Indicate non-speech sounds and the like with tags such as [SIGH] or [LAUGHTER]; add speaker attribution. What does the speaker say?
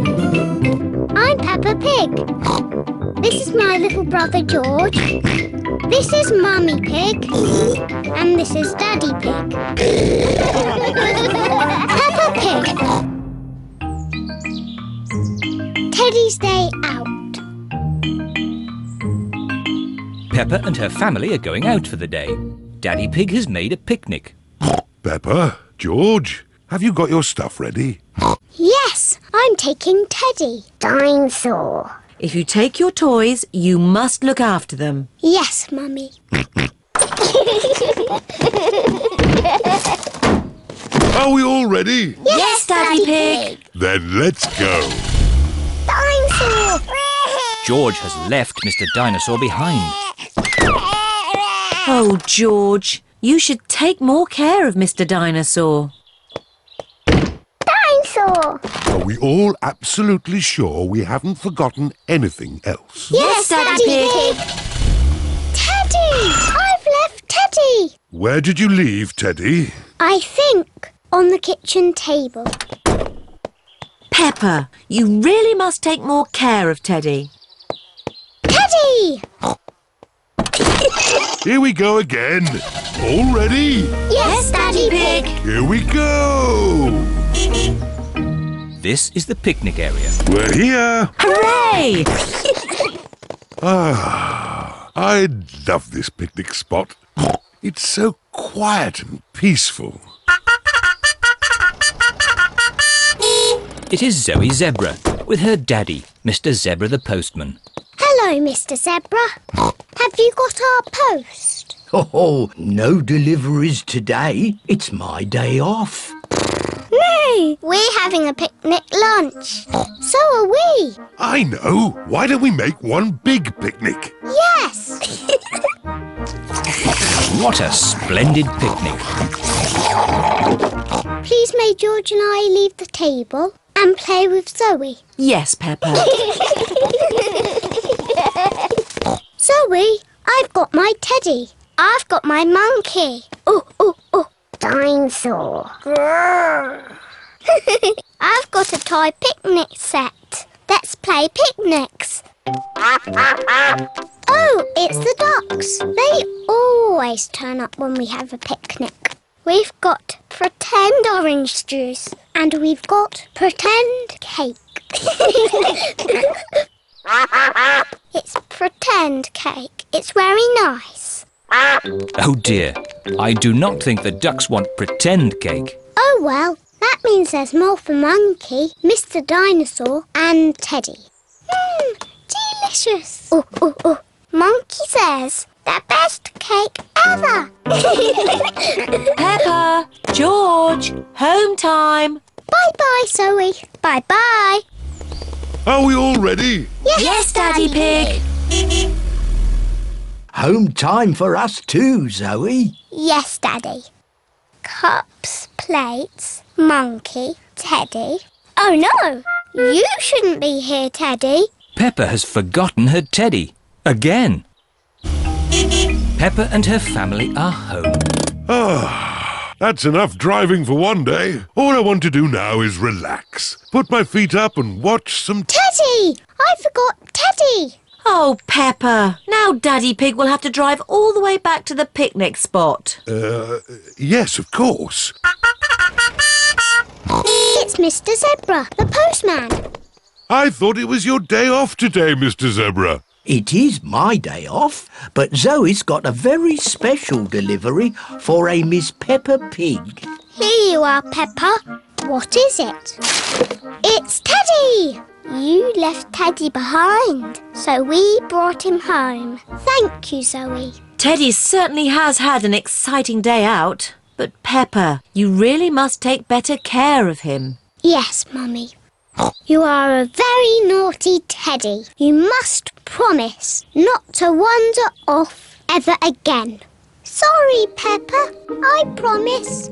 Speaker 1: I'm Peppa Pig. This is my little brother George. This is Mummy Pig. And this is Daddy Pig. [LAUGHS] Peppa Pig. Teddy's Day Out.
Speaker 2: Peppa and her family are going out for the day. Daddy Pig has made a picnic.
Speaker 3: Pepper, George, have you got your stuff ready?
Speaker 1: Yes, I'm taking Teddy. Dinosaur.
Speaker 4: If you take your toys, you must look after them.
Speaker 1: Yes, Mummy.
Speaker 3: Are we all ready?
Speaker 4: Yes, Daddy Pig.
Speaker 3: Then let's go.
Speaker 1: Dinosaur.
Speaker 2: George has left Mr. Dinosaur behind.
Speaker 4: Oh, George, you should take more care of Mr. Dinosaur.
Speaker 1: [LAUGHS] Dinosaur.
Speaker 3: Are we all absolutely sure we haven't forgotten anything else?
Speaker 4: Yes, Daddy Pig.
Speaker 1: Teddy! I've left Teddy.
Speaker 3: Where did you leave, Teddy?
Speaker 1: I think on the kitchen table.
Speaker 4: Pepper, you really must take more care of Teddy.
Speaker 1: Teddy!
Speaker 3: Here we go again. All ready?
Speaker 1: Yes, Daddy Pig.
Speaker 3: Here we go.
Speaker 2: This is the picnic area.
Speaker 3: We're here.
Speaker 4: Hooray!
Speaker 3: Ah, I love this picnic spot. It's so quiet and peaceful.
Speaker 2: It is Zoe Zebra with her daddy, Mr. Zebra the postman.
Speaker 1: Hello, Mr. Zebra. Have you got our post?
Speaker 5: Oh, no deliveries today. It's my day off.
Speaker 1: No. We're having a picnic lunch. So are we.
Speaker 3: I know. Why don't we make one big picnic?
Speaker 1: Yes.
Speaker 2: What a splendid picnic!
Speaker 1: Please may George and I leave the table and play with Zoe.
Speaker 4: Yes, [LAUGHS] Pepper.
Speaker 1: Zoe, I've got my teddy. I've got my monkey. Oh, oh, oh. Dinosaur. [LAUGHS] I've got a toy picnic set. Let's play [LAUGHS] picnics. Oh, it's the ducks. They always turn up when we have a picnic. We've got pretend orange juice and we've got pretend cake. [LAUGHS] it's pretend cake. It's very nice.
Speaker 2: Oh dear, I do not think the ducks want pretend cake.
Speaker 1: Oh well, that means there's more for Monkey, Mr. Dinosaur, and Teddy. Mmm, delicious. Oh, oh, oh. Monkey says, the best cake ever. [LAUGHS]
Speaker 4: Pepper, George, home time.
Speaker 1: bye bye, Zoe. Bye bye.
Speaker 3: Are we all ready?
Speaker 4: Yes, Daddy Pig.
Speaker 5: Home time for us too, Zoe.
Speaker 1: Yes, Daddy. Cups, plates, monkey, Teddy. Oh no! You shouldn't be here, Teddy.
Speaker 2: Peppa has forgotten her teddy. Again. Peppa and her family are home.
Speaker 3: That's enough driving for one day. All I want to do now is relax, put my feet up, and watch some. T-
Speaker 1: Teddy! I forgot Teddy.
Speaker 4: Oh, Pepper, now Daddy Pig will have to drive all the way back to the picnic spot.
Speaker 3: yes, of course.
Speaker 1: It's Mr. Zebra, the postman.
Speaker 3: I thought it was your day off today, Mr. Zebra.
Speaker 5: It is my day off, but Zoe's got a very special delivery for a Miss Pepper Pig.
Speaker 1: Here you are, Peppa. What is it? It's Teddy! You left Teddy behind, so we brought him home. Thank you, Zoe.
Speaker 4: Teddy certainly has had an exciting day out. But Pepper, you really must take better care of him.
Speaker 1: Yes, Mummy. You are a very naughty Teddy. You must promise not to wander off ever again. Sorry, Peppa. I promise.